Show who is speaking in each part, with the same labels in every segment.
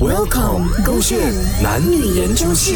Speaker 1: Welcome，勾线男女研究室。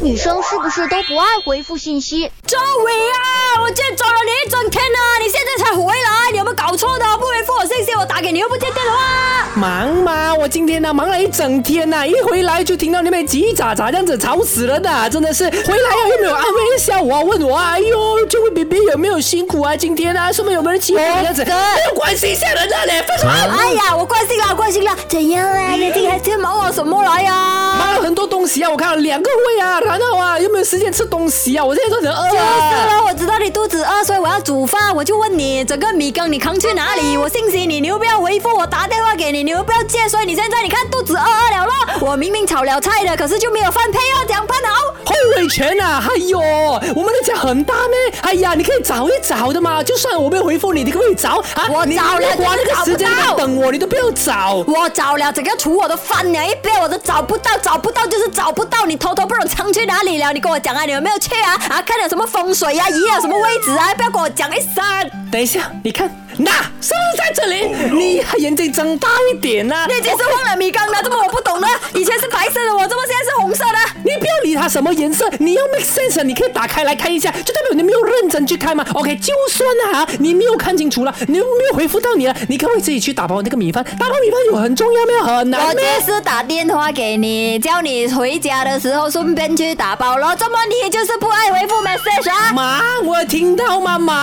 Speaker 2: 女生是不是都不爱回复信息？
Speaker 3: 周伟啊，我今天找了你一整天啊，你现在才回来，你有没有搞错的？不回复我信息，我打给你又不接电话。
Speaker 4: 忙吗？我今天呢、忙了一整天呐、一回来就听到那边叽叽喳喳这样子，吵死人呐、真的是回来啊又没有安慰一下我、啊，问我啊，哎呦，这位 baby 有没有辛苦啊？今天啊，是不是有没有人欺负你这样子？
Speaker 3: 哥
Speaker 4: 没有关心一下人啊嘞，分手啊！
Speaker 3: 哎呀，我关心了，关心了，怎样啊？你今天在忙我什么来呀、
Speaker 4: 忙了很多东西啊，我看了两个胃啊，然后啊又没有时间吃东西啊，我现在都很饿
Speaker 3: 就是
Speaker 4: 啊。
Speaker 3: 了，我知道你肚子饿，所以我要煮饭。我就问你，整个米缸你扛去哪里？我信息你，你又不要回复我，打电话给你，你又不要接，所以你现在你看肚子饿饿了咯。我明明炒了菜的，可是就没有饭配哦，怎样办好？
Speaker 4: 后尾拳啊！哎呦，我们的家很大咩？哎呀，你可以找一找的嘛。就算我没有回复你，你可不可以找啊？
Speaker 3: 我
Speaker 4: 你
Speaker 3: 找了
Speaker 4: 你花那
Speaker 3: 可是找不
Speaker 4: 个时间
Speaker 3: 到
Speaker 4: 来等我，你都不要找。
Speaker 3: 我找了整个厨我都翻了一遍，我都找不到，找不到就是找不到，你偷偷不懂藏去哪里了？你跟我讲啊，你有没有去啊？啊，看了什么风水啊，移了什么位置啊？不要跟我讲一声。
Speaker 4: 等一下，你看，那是不是在这里？你还眼睛睁大一点啊呐、
Speaker 3: 你已经是忘了米缸了，这么我不懂了。以前是白色的我，怎么现在是红色的？
Speaker 4: 你不要理它什么颜色，你要 make sense，啊你可以打开来看一下，就代表你没有认真去看嘛。OK，就算啊，你没有看清楚了，你又没有回复到你了，你可不可以自己去打包那个米饭？打包米饭有很重要没有？很
Speaker 3: 我
Speaker 4: 难咩？
Speaker 3: 就是打电话给你，叫你回家的时候顺便去打包咯。怎么你就是不爱回复 message 啊？
Speaker 4: 忙，我有听到吗？忙。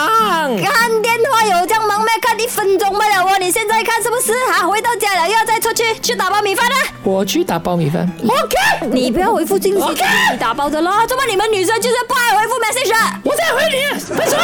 Speaker 3: 看电话有这样忙咩？看一分钟罢了哦。你现在看是不是啊？回到家了又要再出去去打包米饭啊？
Speaker 4: 我去打包米饭。OK，
Speaker 3: 你不要回复信息，
Speaker 4: OK
Speaker 3: 你打包的啦。怎么你们女生就是不爱回复 message？啊
Speaker 4: 我再回你。分手。